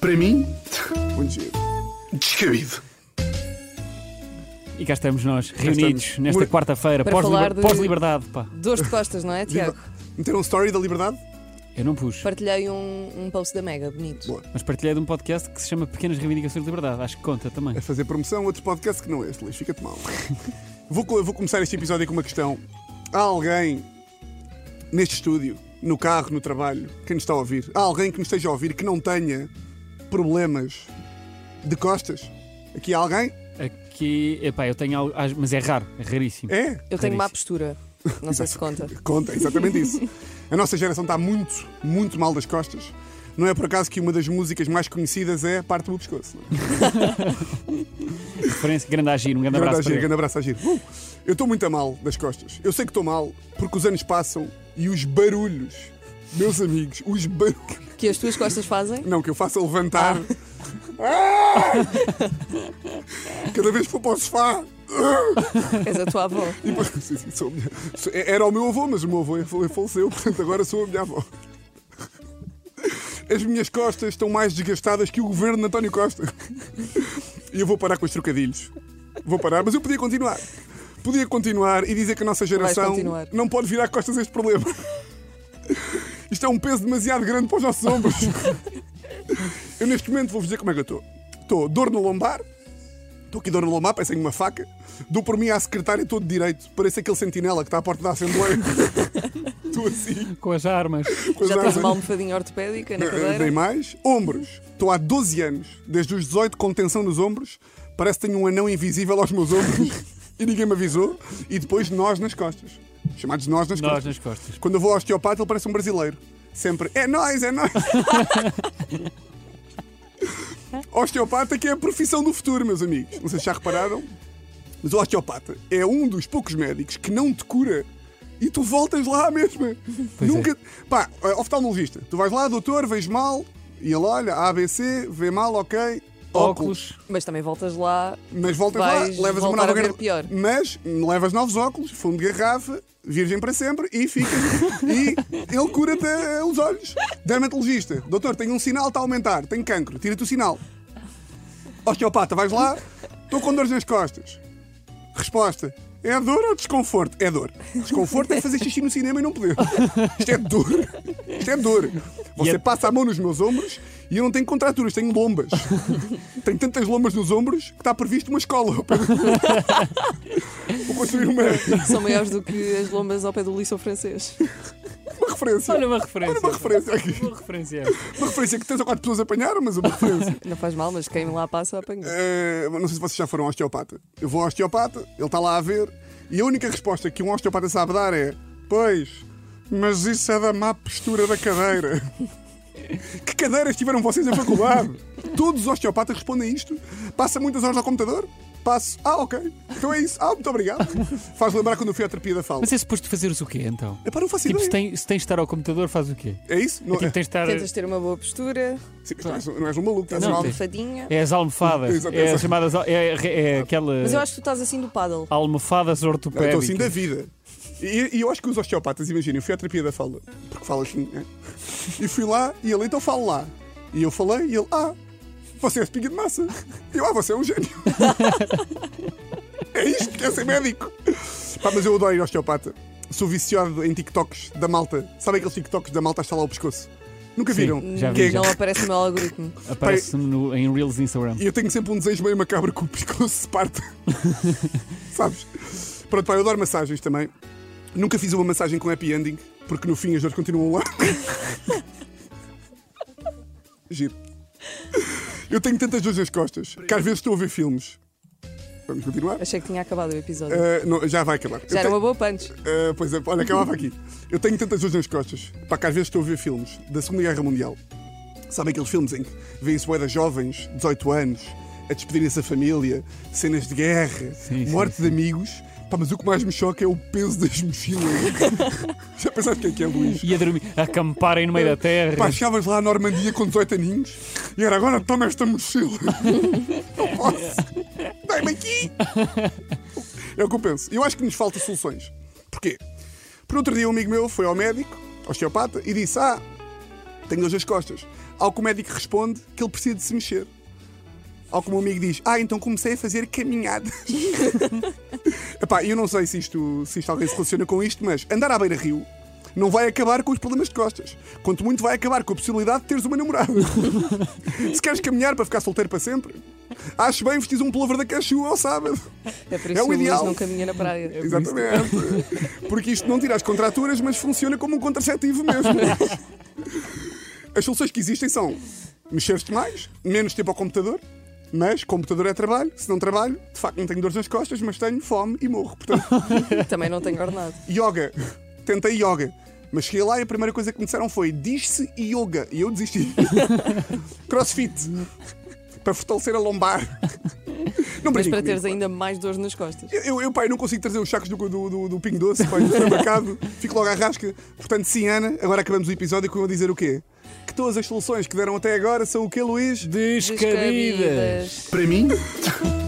Para mim, bom dia. Descabido. E cá estamos nós, reunidos estamos. nesta Muito- quarta-feira, Para falar pós-liber- de- pós-liberdade. pá. Dores de costas, não é, Tiago? Meteram um story da liberdade? Eu não pus, Partilhei um, um post da Mega, bonito. Boa. mas partilhei de um podcast que se chama Pequenas Reivindicações de Liberdade. Acho que conta também. A fazer promoção, outro podcast que não é este, Luís, fica-te mal. vou, co- vou começar este episódio com uma questão. Há alguém neste estúdio, no carro, no trabalho, quem nos está a ouvir? Há alguém que nos esteja a ouvir que não tenha problemas de costas? Aqui há alguém? Aqui, epá, eu tenho algo, às- mas é raro, é raríssimo. É? Eu tenho Raríssimo. má postura. Não sei se conta. Conta, exatamente isso. A nossa geração está muito, muito mal das costas. Não é por acaso que uma das músicas mais conhecidas é Parte do Pescoço. não é? Referência, grande a agir, um grande, Grande abraço. a giro, para ele. grande abraço a giro. Uh, eu estou muito a mal das costas. Eu sei que estou mal porque os anos passam e os barulhos, meus amigos, os barulhos. Que as tuas costas fazem? Não, que eu faça levantar. Ah! Cada vez que for para o sofá. És a tua avó. E depois, sim, sim, sou a minha- sou- Era o meu avô, mas o meu avô faleceu, portanto agora sou a minha avó. As minhas costas estão mais desgastadas que o governo de António Costa. E eu vou parar com os trocadilhos. Vou parar, mas eu podia continuar. Podia continuar e dizer que a nossa geração continuar. não pode virar costas a este problema. Isto é um peso demasiado grande para os nossos ombros. Eu neste momento vou-vos dizer como é que eu estou. Estou dor no lombar, estou aqui dor no lombar, parecem uma faca, dou por mim à secretária todo direito, parece aquele sentinela que está à porta da Assembleia. Estou assim, Com as armas. com as Já tens armas- uma almofadinha ortopédica na nem cadeira? Eh, mais. Ombros. Estou há 12 anos, desde os 18, com tensão nos ombros. Parece que tenho um anão invisível aos meus ombros e ninguém me avisou. E depois nós nas costas. Chamados nós nas Nós costas. nas costas. Quando eu vou ao osteopata, ele parece um brasileiro. Sempre, é nós, é nós. osteopata que é a profissão do futuro, meus amigos. Não sei se já repararam, mas o osteopata é um dos poucos médicos que não te cura e tu voltas lá à mesma. Pois é. Nunca. Pá, eh, oftalmologista, tu vais lá, doutor, vês mal, e ele olha, ABC, vê mal, ok. Óculos. Mas também voltas lá. Mas voltas Vais lá, levas uma voltar nova a ver garra- pior. Mas levas novos óculos, fundo de garrafa, virgem para sempre e ficas. e ele cura-te eh, os olhos. Dermatologista, doutor, tenho um sinal, está a aumentar, tenho cancro, tira-te o sinal. Osteopata, vais lá, estou com dores nas costas. Resposta. É dor ou desconforto? É dor. Desconforto é fazer xixi no cinema e não poder. Isto é dor. Isto é dor. Você é- passa a mão nos meus ombros e eu não tenho contraturas, tenho lombas. Tenho tantas lombas nos ombros que está previsto uma escola. Vou construir uma, uma São maiores do que as lombas ao pé do lixo francês. referência. Olha uma referência. Olha uma referência aqui. Uma referência. Uma referência que três ou quatro pessoas apanharam, mas uma referência. Não faz mal, mas quem lá passa apanha. Eh, não sei se vocês já foram ao osteopata. Eu vou ao osteopata, ele está lá a ver, e a única resposta que um osteopata sabe dar é: Pois, mas isso é da má postura da cadeira. que cadeiras tiveram vocês na faculdade? Todos os osteopatas respondem isto. Passa muitas horas ao computador? Passo. Ah, ok. Então é isso. Ah, muito obrigado. Faz lembrar quando eu fui à terapia da fala. Mas é suposto fazeres o quê então? É para não faço Tipo, se ideia. tens, se tens de estar ao computador, faz o quê? É isso? Não, É tipo, tens de estar. Tentas ter uma boa postura, Sim, mas não és um- não és um maluco, estás uma Não, mal. tens- almofadinha. É as almofadas. Exato, É exato. as chamadas. al- É, é, é aquela. Mas eu acho que tu estás assim do paddle. Ah, Almofadas Não, eu ortopédicas. estou assim da vida. E, e eu acho que os osteopatas, imaginem, eu fui à terapia da fala, porque fala assim, né? E fui lá e ele, então fala lá. E eu falei e ele, ah, você é espiga de massa. E eu, ah, você é um gênio. é isto, quer ser médico. Pá, mas eu adoro ir ao osteopata. Sou viciado em TikToks da malta. Sabem aqueles TikToks da malta a estalar o pescoço? Nunca Sim, viram? já Que vi. é- já. Não aparece no meu algoritmo. Aparece-me no- em Reels de Instagram. e eu tenho sempre um desejo meio macabro que o pescoço se parte. Sabes? Pronto, pá, eu adoro massagens também. Nunca fiz uma massagem com happy ending, porque no fim as dores continuam lá. Giro. Eu tenho tantas dores nas costas que às vezes estou a ver filmes. Vamos continuar? Achei que tinha acabado o episódio. Ah, não, já vai acabar. Eu Já era tenho- uma boa punch. Uh, pois é, olha, acabava aqui. Eu tenho tantas dores nas costas. Pá, que às vezes estou a ver filmes da Segunda Guerra Mundial. Sabem aqueles filmes em que vêem-se boedas jovens, 18 anos, a despedirem-se da família, cenas de guerra, Sim, sim, morte de amigos. Pá, mas o que mais me choca é o peso das mochilas. Já pensaste o que é que é, Luís? E a dormir, a acamparem no meio da terra. Pá, chegavas lá à Normandia com 18 aninhos e era agora toma esta mochila. Não posso. Dai-me aqui. É o que eu penso. Eu acho que nos falta soluções. Porquê? Por outro dia um amigo meu foi ao médico, osteopata, e disse: Ah, tenho dores nas costas. Ao que o médico responde que ele precisa de se mexer. Ao que o meu amigo diz, ah, então comecei a fazer caminhadas. Epá, eu não sei se isto, se isto alguém se relaciona com isto, mas andar à beira-rio não vai acabar com os problemas de costas. Quanto muito vai acabar com a possibilidade de teres uma namorada. se queres caminhar para ficar solteiro para sempre, acho bem vestir um pullover da cachua ao sábado. É por É o isso que o Luís ideal. não caminha na praia. Exatamente. Porque isto não tira as contraturas, mas funciona como um contraceptivo mesmo. As soluções que existem são mexer-te mais, menos tempo ao computador, mas computador é trabalho, se não trabalho, de facto não tenho dores nas costas, mas tenho fome e morro. Portanto, Também não tenho ordenado. yoga. Tentei yoga. Mas cheguei lá e a primeira coisa que me disseram foi diz-se yoga. E eu desisti. Crossfit. Para fortalecer a lombar. Não brinquem Mas para comigo, teres pá. ainda mais dores nas costas. Eu, eu, eu, pai, não consigo trazer os sacos do, do, do, do Pingo Doce para o supermercado, fico logo à rasca. Portanto, sim, Ana, agora acabamos o episódio com eu dizer o quê? Que todas as soluções que deram até agora são o quê, Luís? Descabidas. Descabidas. Para mim?